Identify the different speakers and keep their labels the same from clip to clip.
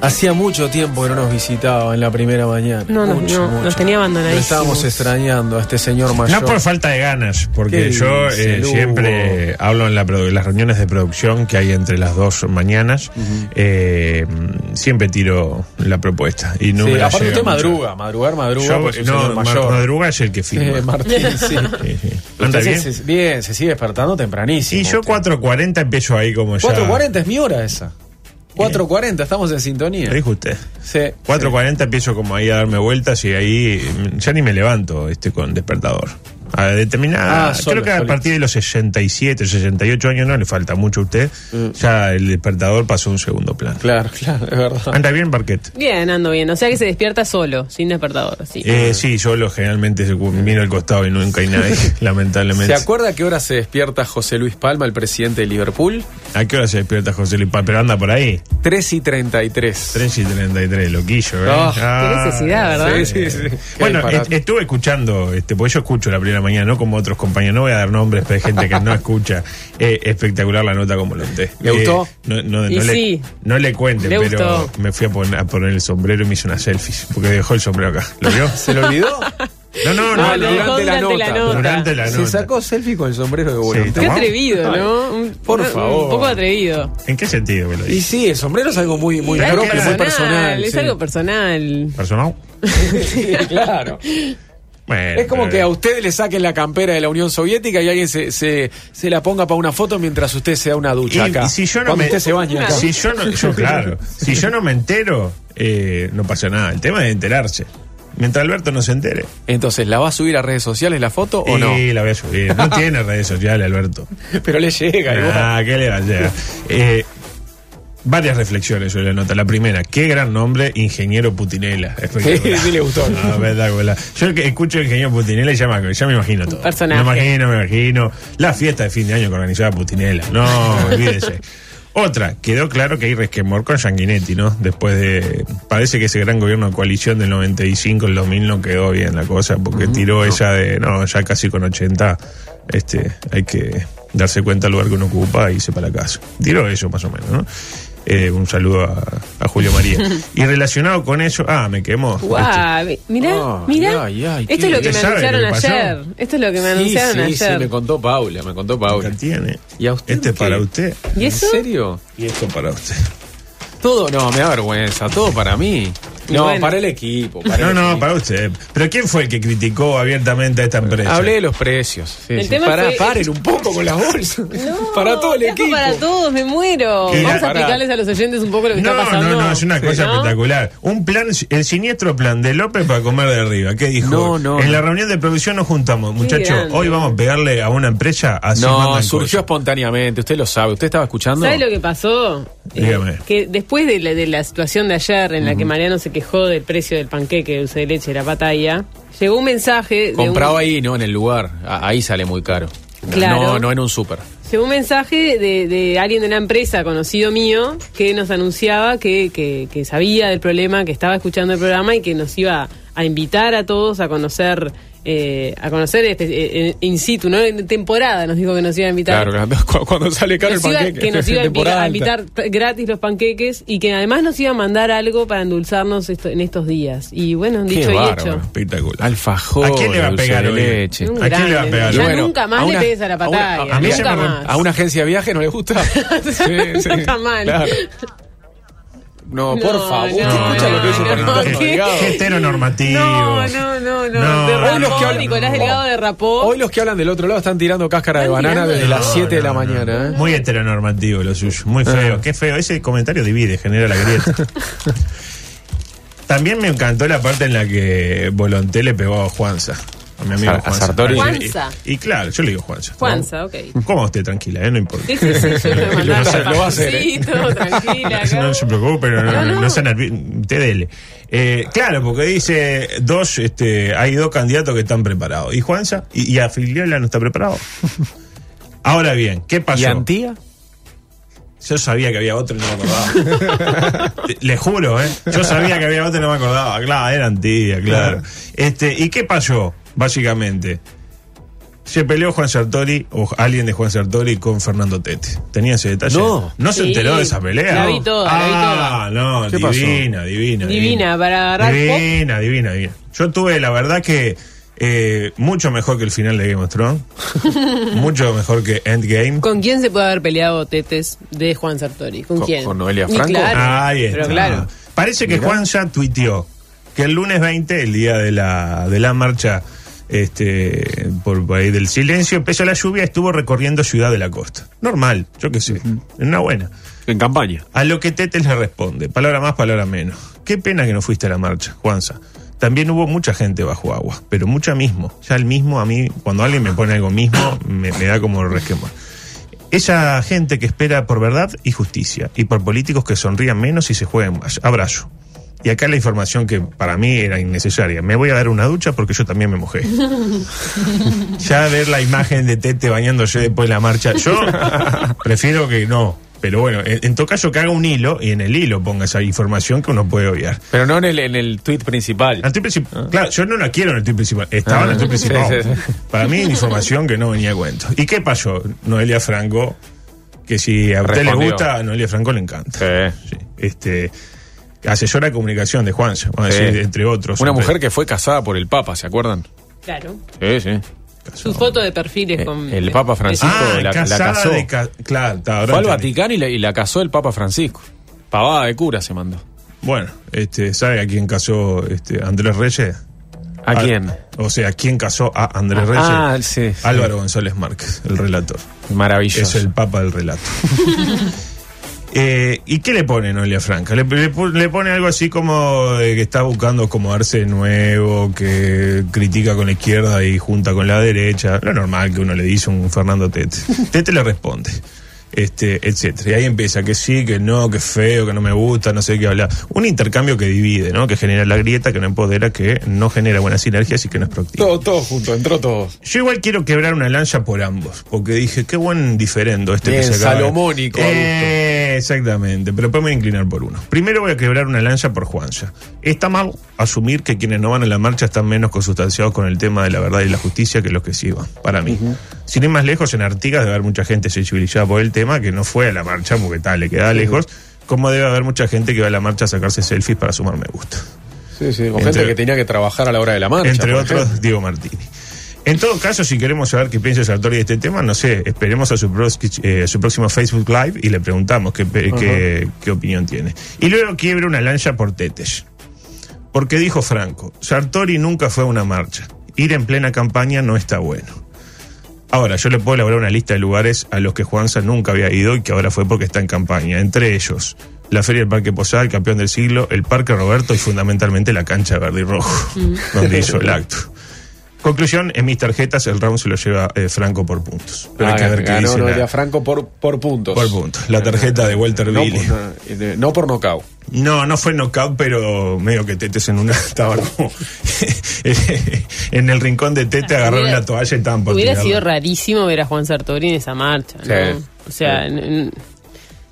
Speaker 1: Hacía mucho tiempo que no nos visitaba en la primera mañana.
Speaker 2: No, no,
Speaker 1: Mucho,
Speaker 2: no,
Speaker 1: mucho.
Speaker 2: nos tenía
Speaker 1: Lo
Speaker 2: abandonadísimos.
Speaker 1: estábamos extrañando a este señor mayor.
Speaker 3: No por falta de ganas,
Speaker 1: ¿Qué
Speaker 3: porque yo
Speaker 1: dice,
Speaker 3: eh,
Speaker 1: Lugo?
Speaker 3: siempre hablo en la produ- las reuniones de producción que hay entre las dos mañanas. eh, siempre tiro la propuesta. Y no
Speaker 1: Sí,
Speaker 3: me la
Speaker 1: aparte
Speaker 3: llega
Speaker 1: usted
Speaker 3: mucho.
Speaker 1: madruga, madrugar, madruga,
Speaker 3: Yo,
Speaker 1: porque es un
Speaker 3: no,
Speaker 1: señor
Speaker 3: ma-
Speaker 1: mayor.
Speaker 3: madruga es el que
Speaker 1: Sí,
Speaker 3: firma.
Speaker 1: Martín, sí.
Speaker 3: Sí, sí. ¿Anda
Speaker 1: Usted
Speaker 3: bien?
Speaker 1: Se, se- bien, se sigue despertando tempranísimo.
Speaker 3: Y yo
Speaker 1: usted.
Speaker 3: 4.40 empiezo ahí como ya.
Speaker 1: 4.40 es mi hora esa. 4.40, estamos en sintonía.
Speaker 3: Lo dijo usted.
Speaker 1: Sí,
Speaker 3: 4.40 empiezo como ahí a darme vueltas y ahí mm, ya ni me levanto este con despertador. A determinada,
Speaker 1: Ah, son
Speaker 3: creo que
Speaker 1: las
Speaker 3: a
Speaker 1: colinas.
Speaker 3: partir de los 67, 68 años no le falta mucho a usted. Ya el despertador pasó a un segundo plano.
Speaker 1: sí. Mm. Claro, claro, es verdad.
Speaker 3: Anda bien, Barquet.
Speaker 2: Bien, ando bien. O sea que se despierta solo, sin despertador. Sí.
Speaker 3: Eh, sí, yo lo generalmente se- miro al costado y nunca hay nadie,
Speaker 1: ¿Se
Speaker 3: lamentablemente.
Speaker 1: acuerda a qué hora se despierta José Luis Palma, el presidente de Liverpool?
Speaker 3: ¿A qué hora se despierta José Lipal? Pero anda por ahí.
Speaker 1: 3 y 33.
Speaker 3: 3 y 33, loquillo, ¿eh?
Speaker 1: Ah,
Speaker 2: Oh, qué necesidad, ¿verdad?
Speaker 1: Sí, sí, sí. Qué
Speaker 3: Bueno,
Speaker 1: disparate.
Speaker 3: est- estuve escuchando, este, porque yo escucho la primera mañana, no como otros compañeros, no voy a dar nombres, pero hay gente que no escucha. Eh, espectacular la nota como lo conté.
Speaker 1: ¿Le
Speaker 3: Eh,
Speaker 1: gustó?
Speaker 3: No, no-
Speaker 2: Y
Speaker 3: no le,
Speaker 2: sí.
Speaker 3: no le cuenten,
Speaker 2: Le
Speaker 3: pero
Speaker 2: gustó.
Speaker 3: me fui a poner, a poner el sombrero y me hice una selfie, porque dejó el sombrero acá. ¿Lo vio?
Speaker 1: ¿Se lo olvidó?
Speaker 3: No, no, no.
Speaker 2: Ah,
Speaker 3: no,
Speaker 2: lo dejó
Speaker 1: durante la
Speaker 2: durante la
Speaker 1: nota.
Speaker 2: nota.
Speaker 3: durante la
Speaker 1: Se
Speaker 3: nota.
Speaker 1: sacó selfie con el sombrero de
Speaker 3: Sí,
Speaker 1: boleta.
Speaker 2: Qué
Speaker 3: ¿no?
Speaker 2: atrevido, ¿no? Un-
Speaker 1: Por
Speaker 2: un-
Speaker 1: favor.
Speaker 2: Un poco atrevido.
Speaker 3: ¿En qué sentido me lo
Speaker 1: Y
Speaker 3: dice?
Speaker 1: sí, el sombrero es algo muy, muy
Speaker 2: Y algo
Speaker 1: propio, muy personal.
Speaker 2: Es
Speaker 1: sí.
Speaker 2: algo personal.
Speaker 3: ¿Personal?
Speaker 1: Sí, claro.
Speaker 3: Bueno, eh.
Speaker 1: Es como
Speaker 3: pero-
Speaker 1: que a usted le saquen la campera de la Unión Soviética y alguien se, se, se la ponga para una foto mientras usted se da una ducha
Speaker 3: Y-
Speaker 1: acá.
Speaker 3: y si yo no
Speaker 1: Cuando
Speaker 3: me-
Speaker 1: usted se baña acá.
Speaker 3: Si yo no, yo, claro, si yo no me entero, eh, no pasa nada. El tema es enterarse. Mientras Alberto no se entere.
Speaker 1: Entonces, ¿la va a subir a redes sociales la foto o no?
Speaker 3: Y la voy a subir. No tiene redes sociales, Alberto.
Speaker 1: Pero le llega igual.
Speaker 3: Ah, qué le va a llegar. Eh, varias reflexiones sobre la nota. La primera, qué gran nombre, Ingeniero Putinela. Espectacular.
Speaker 1: Sí, sí le gustó.
Speaker 3: Ah, espectacular. Yo que escucho Ingeniero Putinela y ya me, ya me imagino todo.
Speaker 2: Personaje.
Speaker 3: Me imagino, me imagino. La fiesta de fin de año que organizaba Putinela. No, olvídese. Otra, quedó claro que hay resquemor con Sanguinetti, ¿no? Después de. Parece que ese gran gobierno de coalición del 95, el 2000 no quedó bien la cosa, porque
Speaker 1: Mm,
Speaker 3: tiró esa de. No, ya casi con 80, este, hay que darse cuenta del lugar que uno ocupa y irse para la casa. Tiró eso, más o menos, ¿no? Eh, un saludo a, a Julio María. y relacionado con eso. Ah, me quemó. Este,
Speaker 2: Guau, mi- mirá,
Speaker 1: Ah,
Speaker 2: mirá.
Speaker 1: ay, ay,
Speaker 2: Esto es lo
Speaker 1: qué-
Speaker 2: que me
Speaker 3: ¿Sabe lo que
Speaker 2: anunciaron
Speaker 3: me pasó?
Speaker 2: ayer. Esto es lo que me
Speaker 1: Sí,
Speaker 2: anunciaron
Speaker 1: sí, sí,
Speaker 2: ayer.
Speaker 1: me contó Paula, me contó
Speaker 3: acá
Speaker 1: Paula.
Speaker 3: tiene.
Speaker 1: ¿Y a usted
Speaker 3: Este es
Speaker 1: qué?
Speaker 3: para usted.
Speaker 2: ¿Y
Speaker 1: ¿En
Speaker 2: eso?
Speaker 1: serio?
Speaker 3: Y esto para usted.
Speaker 1: Todo, no, me da vergüenza, todo para mí. No,
Speaker 2: Bueno.
Speaker 1: para el equipo. para
Speaker 3: No,
Speaker 1: el
Speaker 3: no,
Speaker 1: equipo.
Speaker 3: para usted. Pero ¿quién fue el que criticó abiertamente a esta empresa?
Speaker 1: Hablé de los precios. sí,
Speaker 2: El
Speaker 1: sí.
Speaker 2: tema
Speaker 1: Pará,
Speaker 2: fue-
Speaker 1: paren un poco con las bolsas.
Speaker 2: No,
Speaker 1: para todo el
Speaker 2: trajo
Speaker 1: equipo.
Speaker 2: Para todos, me muero.
Speaker 3: ¿Qué?
Speaker 2: Vamos a
Speaker 1: Pará.
Speaker 2: explicarles a los oyentes un poco lo que
Speaker 3: No,
Speaker 2: está pasando.
Speaker 3: no, no, es una
Speaker 2: Sí.
Speaker 3: cosa
Speaker 2: ¿No?
Speaker 3: espectacular. Un plan, el siniestro plan de López para comer de arriba. ¿Qué dijo?
Speaker 1: No, no,
Speaker 3: En la
Speaker 1: no.
Speaker 3: reunión de producción nos juntamos, muchachos.
Speaker 2: grande.
Speaker 3: Hoy vamos a pegarle a una empresa así
Speaker 1: No,
Speaker 3: mandan
Speaker 1: surgió
Speaker 3: cosas.
Speaker 1: espontáneamente, usted lo sabe. ¿Usted estaba escuchando?
Speaker 2: ¿Sabes lo que pasó? Eh,
Speaker 3: Dígame.
Speaker 2: que después de la, de la situación de ayer en la que Mariano se quejó del precio del panqueque de dulce de leche de la batalla, llegó un mensaje. de
Speaker 1: Comprado
Speaker 2: un-
Speaker 1: ahí, no, en el lugar. A- Ahí sale muy caro.
Speaker 2: Claro.
Speaker 1: No, no en un súper.
Speaker 2: Llegó un mensaje de, de alguien de una empresa conocido mío que nos anunciaba que, que- que sabía del problema, que estaba escuchando el programa y que nos iba a invitar a todos a conocer, eh, a conocer espe- eh, eh, in situ, ¿no? En temporada nos dijo que nos iba a invitar.
Speaker 1: Claro, claro, cu- cuando sale caro
Speaker 2: Nos
Speaker 1: el
Speaker 2: iba-
Speaker 1: panqueque.
Speaker 2: que nos iba a
Speaker 1: temporada
Speaker 2: invitar, a
Speaker 1: alta.
Speaker 2: invitar t- gratis los panqueques y que además nos iba a mandar algo para endulzarnos esto- en estos días. Y bueno,
Speaker 1: Qué
Speaker 2: dicho y
Speaker 1: bárbaro.
Speaker 2: hecho.
Speaker 3: Espectacular.
Speaker 1: Alfajor,
Speaker 3: ¿A quién le va a
Speaker 1: dulce
Speaker 3: pegar
Speaker 1: de
Speaker 3: hoy?
Speaker 1: leche.
Speaker 2: Un
Speaker 3: ¿A quién le va a
Speaker 2: grande.
Speaker 3: pegar?
Speaker 2: Ya
Speaker 3: Bueno,
Speaker 2: nunca más
Speaker 1: a
Speaker 2: le
Speaker 1: una-
Speaker 2: pegues a la patada.
Speaker 1: A, una- a mí se
Speaker 2: nunca
Speaker 1: me-
Speaker 2: más.
Speaker 1: a una agencia de viaje no le gusta. Sí, sí,
Speaker 2: Está mal.
Speaker 1: No, por
Speaker 2: No,
Speaker 1: favor.
Speaker 2: no,
Speaker 1: Usted escucha
Speaker 2: no,
Speaker 1: lo que dice
Speaker 2: no,
Speaker 1: Fernando
Speaker 2: no,
Speaker 1: Alfaro
Speaker 2: ¿qué?
Speaker 1: Delgado.
Speaker 3: Qué heteronormativo.
Speaker 2: No, no, no, no.
Speaker 3: No.
Speaker 2: Derrapó,
Speaker 3: Hoy los que hablan-
Speaker 2: Nicolás Delgado derrapó.
Speaker 1: Hoy los que hablan del otro lado están tirando cáscara de
Speaker 2: Están
Speaker 1: banana
Speaker 2: tirando
Speaker 1: desde
Speaker 2: de
Speaker 1: las
Speaker 3: No,
Speaker 1: 7 de la
Speaker 3: no, no,
Speaker 1: mañana.
Speaker 3: no.
Speaker 1: ¿eh? Ah.
Speaker 3: Muy heteronormativo lo suyo. Muy feo. Qué feo. Ese comentario divide, genera la grieta. También me encantó la parte en la que Volonté le pegó a Juanza. A mi amigo
Speaker 1: A- a
Speaker 3: Juanza. Ah,
Speaker 1: Sartori.
Speaker 2: Juanza.
Speaker 3: Y, y claro, yo le digo Juanza. ¿no?
Speaker 2: Juanza, ok.
Speaker 3: Coma usted tranquila, eh, no importa.
Speaker 2: Sí, sí, sí, yo le voy a
Speaker 3: Lo va a
Speaker 2: mandar
Speaker 3: hacer,
Speaker 1: lo va a hacer, ¿eh?
Speaker 2: papancito, tranquila. acá.
Speaker 3: No se preocupe, no, no,
Speaker 2: No, no.
Speaker 3: no sea nervi- Usted dele. Eh, claro, porque dice dos, este, hay dos candidatos que están preparados. Y Juanza y, y Afiliola no está preparado. Ahora bien, ¿qué pasó?
Speaker 1: ¿Y Antía?
Speaker 3: Yo sabía que había otro y no me acordaba. Te- Le juro, ¿eh? Yo sabía que había otro y no me acordaba. Claro, era antigua, claro. Este, ¿Y qué pasó, básicamente? Se peleó Juan Sartori o alguien de Juan Sartori con Fernando Tete. ¿Tenía ese detalle?
Speaker 1: No.
Speaker 3: ¿No se
Speaker 2: Sí.
Speaker 3: enteró de esa pelea?
Speaker 2: La vi toda, la vi
Speaker 3: ah, no,
Speaker 1: ¿Qué
Speaker 3: divina,
Speaker 1: pasó?
Speaker 3: divina, divina.
Speaker 2: Divina, para agarrar pop.
Speaker 3: Divina, divina, divina. Yo tuve, la verdad que eh, mucho mejor que el final de Game of Thrones. mucho mejor que Endgame.
Speaker 2: ¿Con quién se puede haber peleado Tetes de Juan Sartori? ¿Con,
Speaker 1: Con-
Speaker 2: quién?
Speaker 1: con Noelia
Speaker 2: Y
Speaker 1: Franco.
Speaker 2: claro,
Speaker 3: Ahí está.
Speaker 2: Pero claro.
Speaker 3: Parece que
Speaker 1: Mirá.
Speaker 3: Juan ya tuiteó que el lunes 20, el día de la, de la marcha este, por ahí del silencio, pese a la lluvia, estuvo recorriendo Ciudad de la Costa. Normal, yo qué sé. Una buena.
Speaker 1: En campaña.
Speaker 3: A lo que Tete le responde, palabra más, palabra menos. Qué pena que no fuiste a la marcha, Juanza. También hubo mucha gente bajo agua, pero mucha mismo. Ya el mismo a mí, cuando alguien me pone algo mismo, me, me da como resquemor. Esa gente que espera por verdad y justicia, y por políticos que sonrían menos y se jueguen más. Abrazo. Y acá la información que para mí era innecesaria. Me voy a dar una ducha porque yo también me mojé. ya ver la imagen de Tete bañándose después de la marcha. Yo prefiero que no. Pero bueno, en, en todo caso que haga un hilo y en el hilo ponga esa información que uno puede obviar.
Speaker 1: Pero no en el, en el tweet principal.
Speaker 3: La tuit princip- Claro, yo no la quiero en el tuit principal. Estaba en el tuit
Speaker 1: Ah, sí,
Speaker 3: principal.
Speaker 1: sí, sí.
Speaker 3: Para mí, información que no venía a cuento. ¿Y qué pasó? Noelia Franco, que si a usted le
Speaker 1: Respondió.
Speaker 3: gusta, a Noelia Franco le encanta. Sí. Este, asesora de comunicación de Juan,
Speaker 1: Sí.
Speaker 3: entre otros.
Speaker 1: Una mujer que fue casada por el Papa, ¿se acuerdan?
Speaker 2: claro.
Speaker 1: Sí, sí.
Speaker 2: Su foto de perfiles
Speaker 1: Eh,
Speaker 2: con.
Speaker 1: el Papa Francisco
Speaker 3: Ah,
Speaker 1: la- la
Speaker 3: casada
Speaker 1: casó.
Speaker 3: de ca- claro, está, ahora
Speaker 1: Fue al
Speaker 3: entendí.
Speaker 1: Vaticano y la, y la casó el Papa Francisco. Pavada de cura se mandó.
Speaker 3: Bueno, este, ¿sabe a quién casó este, Andrés Reyes?
Speaker 1: ¿A quién?
Speaker 3: O sea, ¿quién casó a Andrés Reyes?
Speaker 1: Ah, sí, sí.
Speaker 3: Álvaro González Márquez, el relator. Es
Speaker 1: Maravilloso.
Speaker 3: el papa del relato. Eh, ¿Y qué le pone Noelia Franca? Le, le pu- le pone algo así como de que está buscando acomodarse de nuevo, que critica con la izquierda y junta con la derecha. Lo normal que uno le dice a un Fernando Tete. Tete le responde. Este, etcétera. Y ahí empieza que sí, que no, que feo, que no me gusta, no sé qué hablar. Un intercambio que divide, ¿no? Que genera la grieta, que no empodera, que no genera buenas sinergias y que no es proactivo.
Speaker 1: Todo, todo junto, entró todo.
Speaker 3: Yo igual quiero quebrar una lanza por ambos, porque dije, qué buen diferendo este
Speaker 1: Bien,
Speaker 3: que se acaba de-
Speaker 1: salomónico,
Speaker 3: Eh, exactamente, pero podemos inclinar por uno. Primero voy a quebrar una lanza por Juanza. Está mal asumir que quienes no van a la marcha están menos consustanciados con el tema de la verdad y la justicia que los que sí van, para mí. Sin ir más lejos, en Artigas debe haber mucha gente sensibilizada por el tema que no fue a la marcha porque tal, le queda lejos. Como debe haber mucha gente que va a la marcha a sacarse selfies para sumar me gusta.
Speaker 1: Sí, sí. Con
Speaker 3: Entre-
Speaker 1: gente que tenía que trabajar a la hora de la marcha.
Speaker 3: Entre
Speaker 1: por
Speaker 3: otros,
Speaker 1: ejemplo.
Speaker 3: Diego Martini. En todo caso, si queremos saber qué piensa Sartori de este tema, no sé, esperemos a su, pros- eh, su próximo Facebook Live y le preguntamos qué, pe- qué- qué opinión tiene. Y luego quiebra una lancha por Tetes. Porque dijo Franco, Sartori nunca fue a una marcha. Ir en plena campaña no está bueno. Ahora, yo le puedo elaborar una lista de lugares a los que Juanza nunca había ido y que ahora fue porque está en campaña. Entre ellos, la Feria del Parque Posada, el Campeón del Siglo, el Parque Roberto y fundamentalmente la cancha verde y rojo,
Speaker 1: Mm.
Speaker 3: donde hizo el acto. Conclusión, en mis tarjetas el round se lo lleva eh, Franco por puntos. Pero hay
Speaker 1: Ah,
Speaker 3: que ver qué
Speaker 1: ganó
Speaker 3: dice
Speaker 1: Noelia
Speaker 3: la,
Speaker 1: Franco por, por puntos.
Speaker 3: por puntos. La tarjeta de Walter
Speaker 1: No,
Speaker 3: Billy.
Speaker 1: por- no, eh, no por nocaut.
Speaker 3: No, no fue knockout, pero medio que Tetes en una estaba como en el rincón de Tete agarraron
Speaker 2: Hubiera-
Speaker 3: la toalla y estaban por
Speaker 2: Hubiera
Speaker 3: tirarla.
Speaker 2: sido rarísimo ver a Juan Sartori en esa marcha, ¿no?
Speaker 1: Sí.
Speaker 2: O sea, n- n-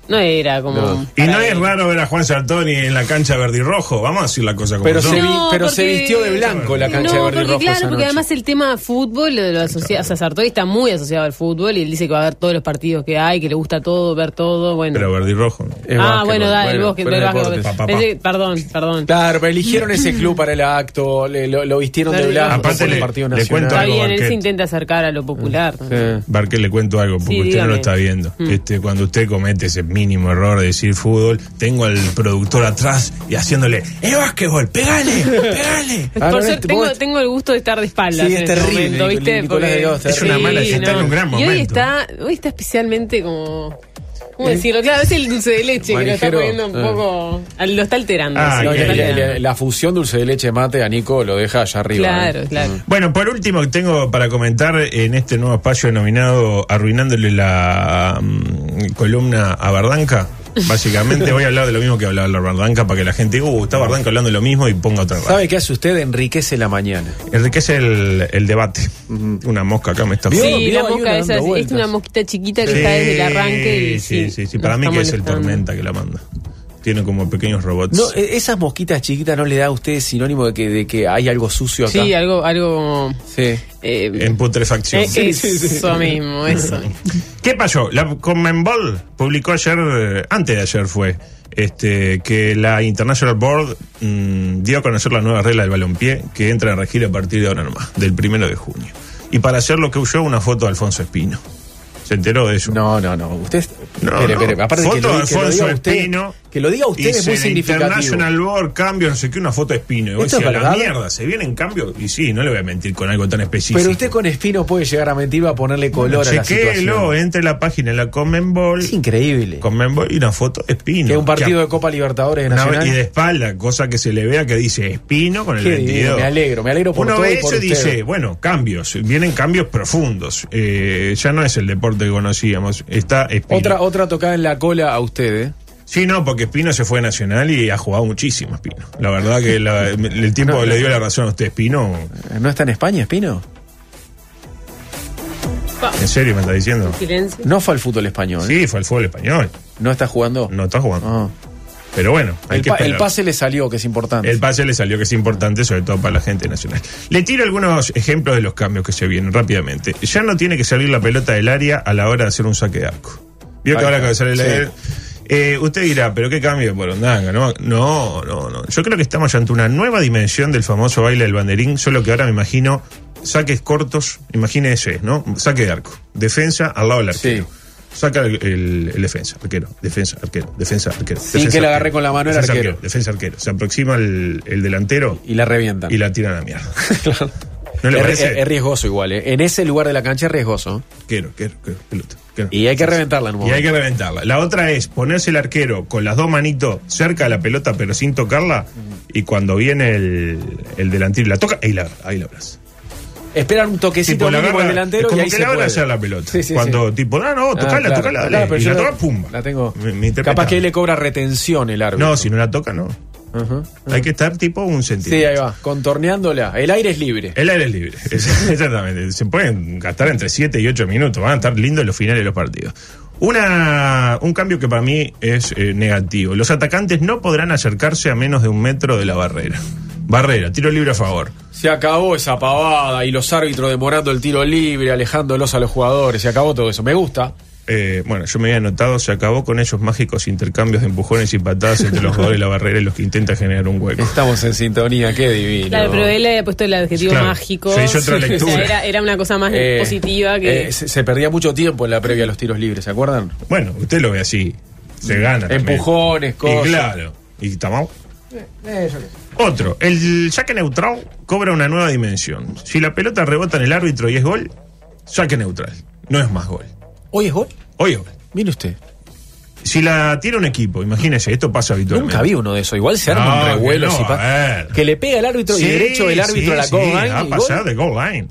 Speaker 2: no era como.
Speaker 1: No.
Speaker 3: Y no
Speaker 2: para
Speaker 3: es
Speaker 2: él.
Speaker 3: raro ver a Juan Sartoni en la cancha verde y rojo. Vamos a decir la cosa como
Speaker 1: Pero,
Speaker 3: son.
Speaker 1: se, vi-
Speaker 2: No,
Speaker 1: pero se
Speaker 2: porque-
Speaker 1: vistió de blanco la cancha
Speaker 2: no,
Speaker 1: de verde y
Speaker 2: porque
Speaker 1: rojo.
Speaker 2: claro,
Speaker 1: esa
Speaker 2: porque
Speaker 1: noche.
Speaker 2: además el tema fútbol lo, lo asocia, o sea, Sartori está muy asociado al fútbol y él dice que va a ver todos los partidos que hay, que le gusta todo, ver todo, bueno.
Speaker 3: Pero verde y rojo. ¿no?
Speaker 1: Es
Speaker 2: ah,
Speaker 1: básquetbol,
Speaker 2: bueno, da, el bosque,
Speaker 1: pero
Speaker 2: el
Speaker 1: es
Speaker 2: básquetbol.
Speaker 1: deporte.
Speaker 3: Pa, pa, pa.
Speaker 2: Pensé- perdón, perdón.
Speaker 1: Claro, pero eligieron ese club para el acto, le- lo, lo vistieron de
Speaker 2: Claro,
Speaker 1: blanco
Speaker 3: aparte
Speaker 1: por el
Speaker 3: le-
Speaker 1: Partido
Speaker 3: le
Speaker 1: Nacional.
Speaker 3: cuento
Speaker 2: Está
Speaker 3: algo,
Speaker 2: bien, él
Speaker 3: Barquet.
Speaker 2: se intenta acercar a lo popular. ¿no?
Speaker 1: Sí.
Speaker 3: Barqué, le cuento algo, porque
Speaker 2: Sí,
Speaker 3: usted no
Speaker 2: dígame. Mm.
Speaker 3: lo está viendo. Este, cuando usted comete ese mínimo error de decir fútbol, tengo al productor atrás y haciéndole, ¡eh, básquetbol! ¡Pegale! ¡Pegale!
Speaker 1: Ah, no,
Speaker 2: Por
Speaker 1: este-
Speaker 2: suerte tengo,
Speaker 1: vos-
Speaker 2: tengo el gusto de estar de espaldas.
Speaker 1: Sí,
Speaker 2: en
Speaker 1: es
Speaker 2: este
Speaker 1: terrible,
Speaker 2: momento,
Speaker 1: Nico-
Speaker 2: ¿viste?
Speaker 1: Nicolás de Dios,
Speaker 3: Es una
Speaker 2: terrible.
Speaker 3: mala, está en un gran
Speaker 2: Y hoy
Speaker 3: momento.
Speaker 2: está, hoy está especialmente como. ¿Cómo decirlo? Claro, es el dulce de leche que
Speaker 1: ¿Eh? Manijero.
Speaker 2: lo está poniendo un
Speaker 1: Ah.
Speaker 2: poco. al- Lo está alterando.
Speaker 3: Ah,
Speaker 2: sí,
Speaker 1: No, y
Speaker 2: lo
Speaker 3: que-
Speaker 2: está
Speaker 1: la,
Speaker 3: Bien.
Speaker 1: la-
Speaker 2: alterando.
Speaker 1: la fusión dulce de leche mate a Nico lo deja allá arriba.
Speaker 2: Claro,
Speaker 1: ¿eh?
Speaker 2: claro.
Speaker 3: Bueno, por último que tengo para comentar en este nuevo espacio denominado Arruinándole la mm, columna a Bardanca. Básicamente voy a hablar de lo mismo que hablaba la Bardanca para que la gente diga, uh, está Bardanca hablando de lo mismo y ponga otra radio.
Speaker 1: ¿Sabe qué hace usted? Enriquece la mañana.
Speaker 3: Enriquece el, el debate. Una mosca acá me está
Speaker 1: ¿Vio?
Speaker 2: Sí,
Speaker 1: Vio,
Speaker 2: la
Speaker 1: hay una
Speaker 2: mosca
Speaker 1: dando
Speaker 2: esa es- es
Speaker 1: vueltas.
Speaker 2: una mosquita chiquita que está desde el arranque. Y,
Speaker 3: sí, sí, sí.
Speaker 2: nos
Speaker 3: Para mí
Speaker 2: está
Speaker 3: que es el
Speaker 2: molestando. eh,
Speaker 3: tormenta que la manda. tiene como pequeños robots.
Speaker 1: No, e- esas mosquitas chiquitas no le da a usted sinónimo de que, de que hay algo sucio acá.
Speaker 2: Sí, algo, algo
Speaker 1: Sí.
Speaker 2: eh,
Speaker 3: en putrefacción.
Speaker 2: eh, eso mismo, eso mismo.
Speaker 3: ¿Qué pasó? La Conmebol publicó ayer, eh, antes de ayer fue, este, que la International Board mm, dio a conocer la nueva regla del balompié que entra en regir a partir de ahora nomás, del primero de junio. Y para hacer lo que huyó una foto de Alfonso Espino. ¿Se enteró de eso?
Speaker 1: No, no, no. Usted.
Speaker 3: No,
Speaker 1: Espere,
Speaker 3: no.
Speaker 1: espere. Aparte que
Speaker 3: foto
Speaker 1: lo,
Speaker 3: de
Speaker 1: di- que lo
Speaker 3: Alfonso
Speaker 1: diga usted,
Speaker 3: Espino.
Speaker 1: que lo diga usted
Speaker 3: y
Speaker 1: es muy
Speaker 3: se-
Speaker 1: significativo.
Speaker 3: International Board, cambio, no sé qué, una foto de Espino. Y vos
Speaker 1: ¿Esto es
Speaker 3: decís, a la
Speaker 1: verdad?
Speaker 3: mierda, se viene en cambio. Y sí, no le voy a mentir con algo tan específico.
Speaker 1: Pero usted con Espino puede llegar a mentir va a ponerle color a la
Speaker 3: Chequéelo,
Speaker 1: situación.
Speaker 3: entre la página, la Conmebol.
Speaker 1: Es increíble.
Speaker 3: Conmebol y una foto de Espino.
Speaker 1: Que un partido
Speaker 3: Que-
Speaker 1: de Copa Libertadores de
Speaker 3: una vez-
Speaker 1: Nacional.
Speaker 3: y de espalda, cosa que se le vea que dice Espino con el
Speaker 1: Qué divino,
Speaker 3: 22.
Speaker 1: me alegro, me alegro por
Speaker 3: Uno
Speaker 1: todo
Speaker 3: ve
Speaker 1: y por
Speaker 3: eso y
Speaker 1: usted.
Speaker 3: dice, bueno, cambios, vienen cambios profundos. Eh, ya no es el deporte que conocíamos, está Espino.
Speaker 1: Otra, otra tocada en la cola a usted, ¿eh?
Speaker 3: Sí, no, porque Espino se fue a Nacional y ha jugado muchísimo Espino. La verdad que la- el tiempo
Speaker 1: No,
Speaker 3: que
Speaker 1: no.
Speaker 3: le dio la razón a usted, Espino,
Speaker 1: Eh, ¿No está en España, Espino?
Speaker 3: en serio me está diciendo.
Speaker 2: Silencio.
Speaker 1: No fue al fútbol español.
Speaker 3: Sí, fue al fútbol español,
Speaker 1: ¿No está jugando?
Speaker 3: no está jugando.
Speaker 1: Ah.
Speaker 3: Pero bueno, hay
Speaker 1: El,
Speaker 3: que
Speaker 1: pa- el
Speaker 3: esperar.
Speaker 1: pase le salió, que es importante.
Speaker 3: El pase le salió que es importante, sobre todo para la gente nacional. Le tiro algunos ejemplos de los cambios que se vienen rápidamente. Ya no tiene que salir la pelota del área a la hora de hacer un saque de arco. Vio
Speaker 1: Ahí
Speaker 3: que ahora
Speaker 1: está,
Speaker 3: que sale el
Speaker 1: sí.
Speaker 3: área. eh, usted dirá, pero qué cambio de porondanga, ¿no? No, no, no. Yo creo que estamos ante una nueva dimensión del famoso baile del banderín, solo que ahora me imagino saques cortos, imagínese, ¿no? Saque de arco. Defensa al lado del arquero.
Speaker 1: Sí.
Speaker 3: Saca el, el- el defensa, arquero, defensa, arquero, defensa, arquero.
Speaker 1: Sin
Speaker 3: defensa,
Speaker 1: que la
Speaker 3: arquero,
Speaker 1: agarre con la mano el
Speaker 3: defensa,
Speaker 1: arquero.
Speaker 3: defensa arquero. Se aproxima el, el delantero
Speaker 1: Y la revientan.
Speaker 3: y la tira a la mierda.
Speaker 1: Claro.
Speaker 3: ¿No le
Speaker 1: es,
Speaker 3: parece?
Speaker 1: es- es riesgoso igual, ¿eh? En ese lugar de la cancha es riesgoso.
Speaker 3: Quiero, quiero, quiero, pelota, quiero.
Speaker 1: Y hay que reventarla en un
Speaker 3: Y hay
Speaker 1: momento.
Speaker 3: que reventarla. La otra es ponerse el arquero con las dos manitos cerca de la pelota pero sin tocarla y cuando viene el, el delantero y la toca, ahí la, ahí la abraza.
Speaker 1: Esperar un toquecito
Speaker 3: Tipo, pues la
Speaker 1: mínimo
Speaker 3: agarra-
Speaker 1: al delantero
Speaker 3: es
Speaker 1: y
Speaker 3: como
Speaker 1: ahí
Speaker 3: que
Speaker 1: se
Speaker 3: la van a
Speaker 1: puede.
Speaker 3: hacer la pelota.
Speaker 1: Sí, sí,
Speaker 3: cuando
Speaker 1: sí.
Speaker 3: tipo, ah, no,
Speaker 1: Ah,
Speaker 3: tocala,
Speaker 1: claro.
Speaker 3: tocala, dale.
Speaker 1: Claro, pero
Speaker 3: y
Speaker 1: yo
Speaker 3: la toca, pumba.
Speaker 1: La tengo.
Speaker 3: Mi- mi
Speaker 1: Capaz
Speaker 3: interpretación.
Speaker 1: que ahí le cobra retención el árbitro.
Speaker 3: No, si no la toca, no.
Speaker 1: Ajá.
Speaker 3: Hay que estar tipo un sentido.
Speaker 1: Sí, ahí va, contorneándola. El aire es libre.
Speaker 3: El aire es libre, Es- exactamente. Se pueden gastar entre 7 y 8 minutos, van a estar lindos los finales de los partidos. Una, un cambio que para mí es eh, negativo. Los atacantes no podrán acercarse a menos de un metro de la barrera. Barrera, tiro libre a favor.
Speaker 1: Se acabó esa pavada y los árbitros demorando el tiro libre, alejándolos a los jugadores. Se acabó todo eso. Me gusta.
Speaker 3: Eh, bueno, yo me había anotado, se acabó con esos mágicos intercambios de empujones y patadas entre los jugadores de la barrera y los que intentan generar un hueco.
Speaker 1: Estamos en sintonía, qué divino.
Speaker 2: Claro, pero él le había puesto el adjetivo
Speaker 3: Claro,
Speaker 2: mágico.
Speaker 3: se hizo otra
Speaker 2: Sí, o sea,
Speaker 3: lectura.
Speaker 2: era, era una cosa más
Speaker 1: Eh,
Speaker 2: positiva que.
Speaker 1: eh, se, se perdía mucho tiempo en la previa a los tiros libres, ¿se acuerdan?
Speaker 3: Bueno, usted lo ve así, se gana. también.
Speaker 1: Empujones, cosas.
Speaker 3: Y claro, y estamos Otro, el saque neutral cobra una nueva dimensión. Si la pelota rebota en el árbitro y es gol, saque neutral. No es más gol.
Speaker 1: ¿Hoy es gol?
Speaker 3: Hoy es gol.
Speaker 1: Mire usted.
Speaker 3: Si la tira un equipo, imagínese, esto pasa habitualmente.
Speaker 1: Nunca vi uno de esos. Igual se arma
Speaker 3: No,
Speaker 1: un revuelo.
Speaker 3: que no,
Speaker 1: si pa-
Speaker 3: a ver.
Speaker 1: que le pega el árbitro
Speaker 3: Sí,
Speaker 1: y derecho el árbitro
Speaker 3: sí,
Speaker 1: a la
Speaker 3: sí,
Speaker 1: goal line
Speaker 3: Ha
Speaker 1: y gol.
Speaker 3: pasado de goal line.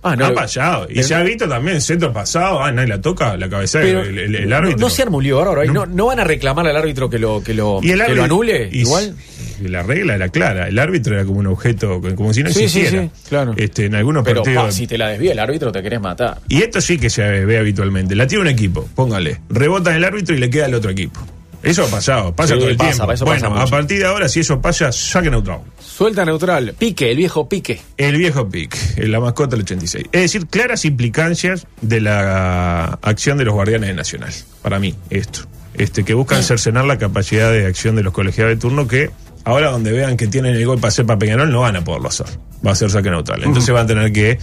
Speaker 1: Ah, no,
Speaker 3: ha
Speaker 1: lo-
Speaker 3: pasado. Y
Speaker 1: pero-
Speaker 3: se ha visto también centro pasado. Ah, nadie la toca, la cabeza
Speaker 1: Pero
Speaker 3: el, el- el árbitro.
Speaker 1: No, no se armulió ahora. ahora. ¿No, ¿No van a reclamar al árbitro que lo, que lo,
Speaker 3: Y el
Speaker 1: que lo
Speaker 3: árbitro-
Speaker 1: anule?
Speaker 3: y-
Speaker 1: Igual.
Speaker 3: y la regla era clara. El árbitro era como un objeto, como si no
Speaker 1: Sí, sí,
Speaker 3: existiera.
Speaker 1: sí, claro.
Speaker 3: Este, en algunos
Speaker 1: Pero
Speaker 3: partidos.
Speaker 1: pa, si te la desvía el árbitro, te querés matar.
Speaker 3: Y esto sí que se ve habitualmente. La tira un equipo, póngale. Rebota en el árbitro y le queda al otro equipo. Eso ha pasado, pasa
Speaker 1: Sí,
Speaker 3: todo el
Speaker 1: pasa,
Speaker 3: tiempo.
Speaker 1: eso pasa
Speaker 3: bueno, a
Speaker 1: mucho.
Speaker 3: partir de ahora, si eso pasa, saquen neutral.
Speaker 1: Suelta neutral. Pique, el viejo pique.
Speaker 3: El viejo pick, eh, la mascota del 86. Es decir, claras implicancias de la acción de los guardianes de Nacional. Para mí, esto. Este, que buscan cercenar la capacidad de acción de los colegiados de turno que ahora donde vean que tienen el gol para hacer para Peñarol no van a poderlo hacer. Va a ser saque neutral. Entonces van a tener que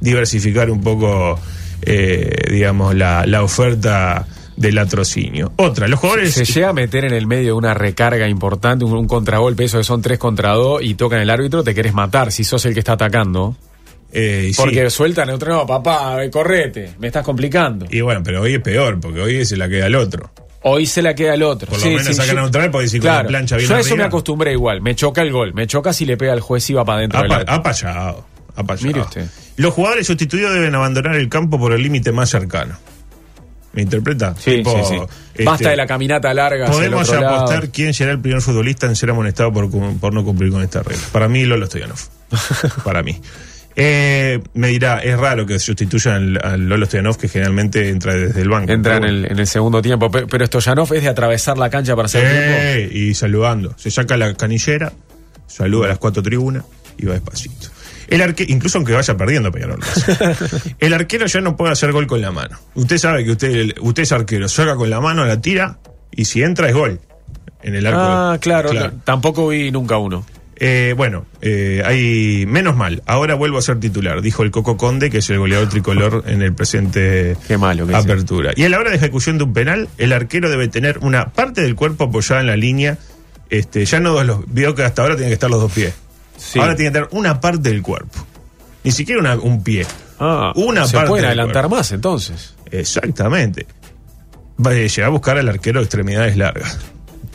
Speaker 3: diversificar un poco, eh, digamos, la, la oferta del latrocinio. Otra, los jugadores...
Speaker 1: Se llega a meter en el medio de una recarga importante, un, un contragolpe, eso que son tres contra dos y tocan el árbitro, te querés matar si sos el que está atacando.
Speaker 3: eh, y sí.
Speaker 1: Porque suelta neutral, no, papá, eh, correte, me estás complicando.
Speaker 3: Y bueno, pero hoy es peor, porque hoy se la queda al otro.
Speaker 1: Hoy se la queda el otro.
Speaker 3: Por lo menos sacan
Speaker 1: yo-
Speaker 3: neutral, porque si con
Speaker 1: Claro,
Speaker 3: la plancha
Speaker 1: Yo
Speaker 3: bien
Speaker 1: a eso
Speaker 3: arriba-
Speaker 1: me acostumbré igual, me choca el gol, me choca si le pega al juez y va para adentro.
Speaker 3: Ha,
Speaker 1: del
Speaker 3: Ah, pa-
Speaker 1: área.
Speaker 3: ha pasado. ha pasado.
Speaker 1: Mire usted.
Speaker 3: Los jugadores sustituidos deben abandonar el campo por el límite más cercano. ¿Me interpreta?
Speaker 1: Sí,
Speaker 3: Tipo,
Speaker 1: sí, sí.
Speaker 3: este,
Speaker 1: Basta de la caminata larga. hacia el
Speaker 3: Podemos
Speaker 1: otro lado.
Speaker 3: apostar quién será el primer futbolista en ser amonestado por, cu- por no cumplir con esta regla. Para mí, Lolo Stoyanov. Para mí. Eh, me dirá, es raro que sustituyan al, al Lolo Stoyanov, que generalmente entra desde el banco.
Speaker 1: Entra en
Speaker 3: Pero bueno.
Speaker 1: el, en el segundo tiempo. Pe- Pero Stoyanov es de atravesar la cancha para hacer tiempo.
Speaker 3: Sí, y saludando. Se saca la canillera, saluda a las cuatro tribunas y va despacito. El arque, incluso aunque vaya perdiendo Peñarol. lo hace. El arquero ya no puede hacer gol con la mano. Usted sabe que usted, el- usted es arquero, saca con la mano, la tira y si entra es gol. En el arco.
Speaker 1: Ah, claro, no, tampoco vi nunca uno.
Speaker 3: Eh, bueno, eh, hay menos mal. Ahora vuelvo a ser titular, dijo el Coco Conde, que es el goleador tricolor en el presente
Speaker 1: Qué malo que es.
Speaker 3: apertura. Y a la hora de ejecución de un penal, el arquero debe tener una parte del cuerpo apoyada en la línea. Este, ya no dos los vio que hasta ahora tienen que estar los dos pies.
Speaker 1: Sí.
Speaker 3: Ahora tiene que tener una parte del cuerpo. Ni siquiera una- un pie.
Speaker 1: Ah,
Speaker 3: una
Speaker 1: se
Speaker 3: parte
Speaker 1: pueden
Speaker 3: del
Speaker 1: adelantar más entonces.
Speaker 3: Exactamente. Va a llegar a buscar al arquero de extremidades largas.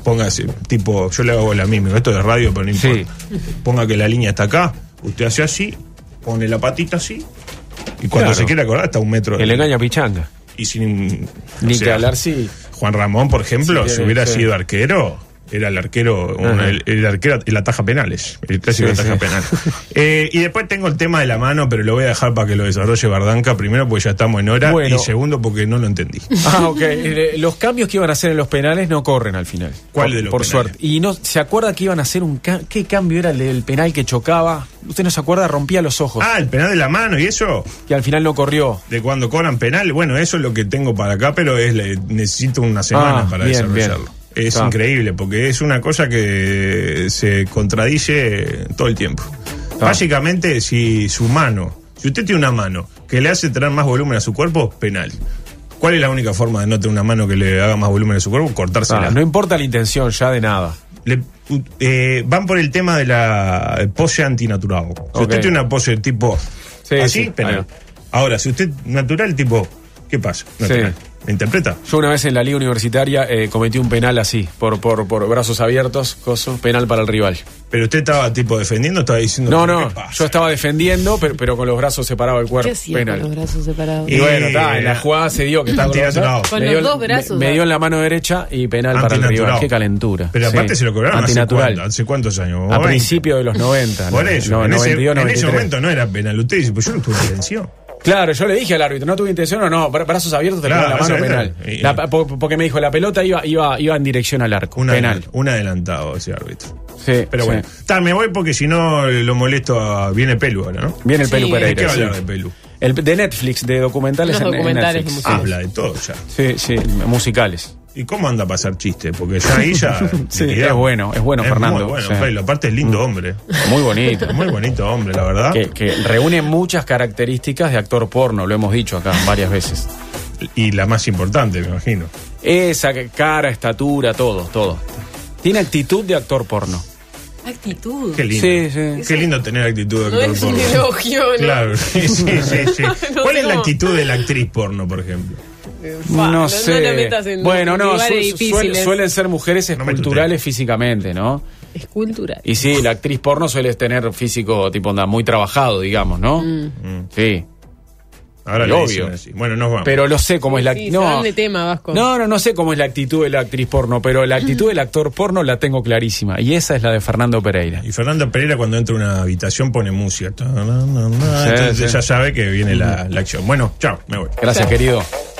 Speaker 3: Póngase, tipo, yo le hago la misma, esto es radio, pero no
Speaker 1: Sí.
Speaker 3: importa. Ponga que la línea está acá, usted hace así, pone la patita así, y cuando
Speaker 1: Claro.
Speaker 3: se quiera acordar está a un metro.
Speaker 1: Que le engaña a Pichanga.
Speaker 3: Y sin.
Speaker 1: Ni
Speaker 3: o sea,
Speaker 1: que hablar si.
Speaker 3: Juan Ramón, por ejemplo,
Speaker 1: Sí,
Speaker 3: si
Speaker 1: tiene,
Speaker 3: hubiera
Speaker 1: sí.
Speaker 3: sido arquero, era el arquero, un-
Speaker 1: Ajá.
Speaker 3: el, el arquero, el ataja penales, el clásico
Speaker 1: Sí,
Speaker 3: ataja
Speaker 1: sí.
Speaker 3: penal. Eh, y después tengo el tema de la mano, pero lo voy a dejar para que lo desarrolle Bardanca, primero porque ya estamos en hora,
Speaker 1: Bueno.
Speaker 3: y segundo porque no lo entendí.
Speaker 1: Ah, ok. Eh, Los cambios que iban a hacer en los penales no corren al final.
Speaker 3: ¿Cuál
Speaker 1: Por-
Speaker 3: de los
Speaker 1: Por
Speaker 3: penales?
Speaker 1: suerte. Y no se acuerda que iban a hacer un ca- qué cambio era el del penal que chocaba. Usted no se acuerda, rompía los ojos.
Speaker 3: Ah, el penal de la mano, ¿y eso?
Speaker 1: Que al final no corrió.
Speaker 3: De cuando cobran penal, bueno, eso es lo que tengo para acá, pero es la- necesito una semana
Speaker 1: Ah,
Speaker 3: para
Speaker 1: bien,
Speaker 3: desarrollarlo.
Speaker 1: bien.
Speaker 3: Es
Speaker 1: Ah.
Speaker 3: increíble, porque es una cosa que se contradice todo el tiempo.
Speaker 1: Ah.
Speaker 3: Básicamente, si su mano, si usted tiene una mano que le hace tener más volumen a su cuerpo, penal. ¿Cuál es la única forma de no tener una mano que le haga más volumen a su cuerpo? Cortársela.
Speaker 1: Ah, no importa la intención ya de nada.
Speaker 3: Le- u- eh, van por el tema de la eh, pose antinatural. Si
Speaker 1: Ok.
Speaker 3: usted tiene una pose tipo
Speaker 1: Sí,
Speaker 3: así,
Speaker 1: sí, ahí
Speaker 3: penal.
Speaker 1: va.
Speaker 3: Ahora, si usted natural, tipo, ¿qué pasa? Natural. ¿Me interpreta?
Speaker 1: Yo una vez en la liga universitaria eh, cometí un penal así, por, por, por brazos abiertos, coso, penal para el rival.
Speaker 3: Pero usted estaba tipo defendiendo, estaba diciendo.
Speaker 1: No,
Speaker 3: "¿Pero
Speaker 1: no,
Speaker 3: qué pasa?".
Speaker 1: yo estaba defendiendo, pero, pero con los brazos separados del cuerpo.
Speaker 2: ¿Qué hacía
Speaker 1: penal.
Speaker 2: con los brazos separados?
Speaker 1: Y bueno, está,
Speaker 3: Eh,
Speaker 1: en la jugada se dio que está con los
Speaker 3: Antinaturado.
Speaker 1: brazos.
Speaker 2: Con
Speaker 1: Me
Speaker 2: los
Speaker 1: dio-
Speaker 2: dos brazos,
Speaker 1: Me, me
Speaker 2: ah.
Speaker 1: dio en la mano derecha y penal para el
Speaker 3: Antinatural.
Speaker 1: rival. Qué calentura.
Speaker 3: Pero
Speaker 1: Sí.
Speaker 3: aparte se lo cobraron hace,
Speaker 1: Antinatural.
Speaker 3: cuánto- hace cuántos años.
Speaker 1: A
Speaker 3: Bueno,
Speaker 1: principios de los 90.
Speaker 3: Por
Speaker 1: no-
Speaker 3: eso,
Speaker 1: no,
Speaker 3: en, ese,
Speaker 1: 92,
Speaker 3: en ese
Speaker 1: 93.
Speaker 3: momento no era penal. Usted dice, pues yo no tuve intención.
Speaker 1: Claro, yo le dije al árbitro, no tuve intención o no, bra- brazos abiertos te
Speaker 3: Claro,
Speaker 1: pongo la mano
Speaker 3: brazos
Speaker 1: penal.
Speaker 3: abiertos. Y-
Speaker 1: La- po- porque me dijo, la pelota iba, iba, iba en dirección al arco.
Speaker 3: Un,
Speaker 1: penal.
Speaker 3: adel- un adelantado ese árbitro.
Speaker 1: Sí,
Speaker 3: Pero
Speaker 1: sí.
Speaker 3: bueno, está, me voy porque si no lo molesto a. Viene Pelu ahora, ¿no?
Speaker 1: Viene el
Speaker 2: Sí.
Speaker 1: Pelu
Speaker 3: Hay
Speaker 1: Pereira.
Speaker 3: que
Speaker 1: sí.
Speaker 3: hablar de Pelu.
Speaker 1: El, de Netflix, de documentales
Speaker 2: Unos
Speaker 1: en- en
Speaker 2: documentales
Speaker 1: Netflix.
Speaker 2: musicales.
Speaker 3: Habla de todo ya.
Speaker 1: Sí, sí, musicales.
Speaker 3: ¿Y cómo anda a pasar chiste? Porque ya ahí ya.
Speaker 1: Sí,
Speaker 3: liquidamos.
Speaker 1: es bueno, es bueno, Fernando,
Speaker 3: Muy bueno,
Speaker 1: sí.
Speaker 3: Pelu. Aparte es lindo hombre.
Speaker 1: Muy bonito.
Speaker 3: Muy bonito hombre, la verdad.
Speaker 1: que, que reúne muchas características de actor porno, lo hemos dicho acá varias veces.
Speaker 3: Y la más importante, me imagino.
Speaker 1: Esa que- cara, estatura, todo, todo. Tiene actitud de actor porno.
Speaker 2: Actitud.
Speaker 3: Qué lindo.
Speaker 1: Sí, sí.
Speaker 3: Qué lindo tener actitud de
Speaker 2: No
Speaker 3: actor
Speaker 2: es un
Speaker 3: porno.
Speaker 2: elogio, ¿no?
Speaker 3: Claro, sí, sí, sí. sí.
Speaker 2: No
Speaker 3: ¿Cuál
Speaker 2: sé
Speaker 3: es la
Speaker 2: cómo.
Speaker 3: actiz de la actriz porno, por ejemplo?
Speaker 2: Eh, Fa,
Speaker 1: no
Speaker 2: no
Speaker 1: sé.
Speaker 2: la metas en
Speaker 1: bueno, no,
Speaker 2: lugares
Speaker 1: su- su-
Speaker 2: difíciles.
Speaker 1: suelen- suelen ser mujeres
Speaker 3: No me
Speaker 1: esculturales físicamente, ¿no?
Speaker 2: Es cultural.
Speaker 1: Y sí, la actriz porno suele tener físico tipo onda muy trabajado, digamos, ¿no?
Speaker 2: Mm.
Speaker 3: Mm.
Speaker 1: Sí.
Speaker 3: Ahora
Speaker 1: Y
Speaker 3: lo
Speaker 1: obvio.
Speaker 3: dicen así. Bueno, nos vamos.
Speaker 1: Pero lo sé cómo es la
Speaker 2: Sí,
Speaker 1: no.
Speaker 2: saben de tema, Vasco.
Speaker 1: No, no, no sé cómo es la actitud de la actriz porno, pero la actitud del actor porno la tengo clarísima. Y esa es la de Fernando Pereira.
Speaker 3: Y Fernando Pereira cuando entra a una habitación pone música. Ta, na, na, na.
Speaker 1: Sí,
Speaker 3: Entonces
Speaker 1: sí.
Speaker 3: ya sabe que viene la, la acción. Bueno, chao, me voy.
Speaker 1: Gracias,
Speaker 2: Chao.
Speaker 1: querido.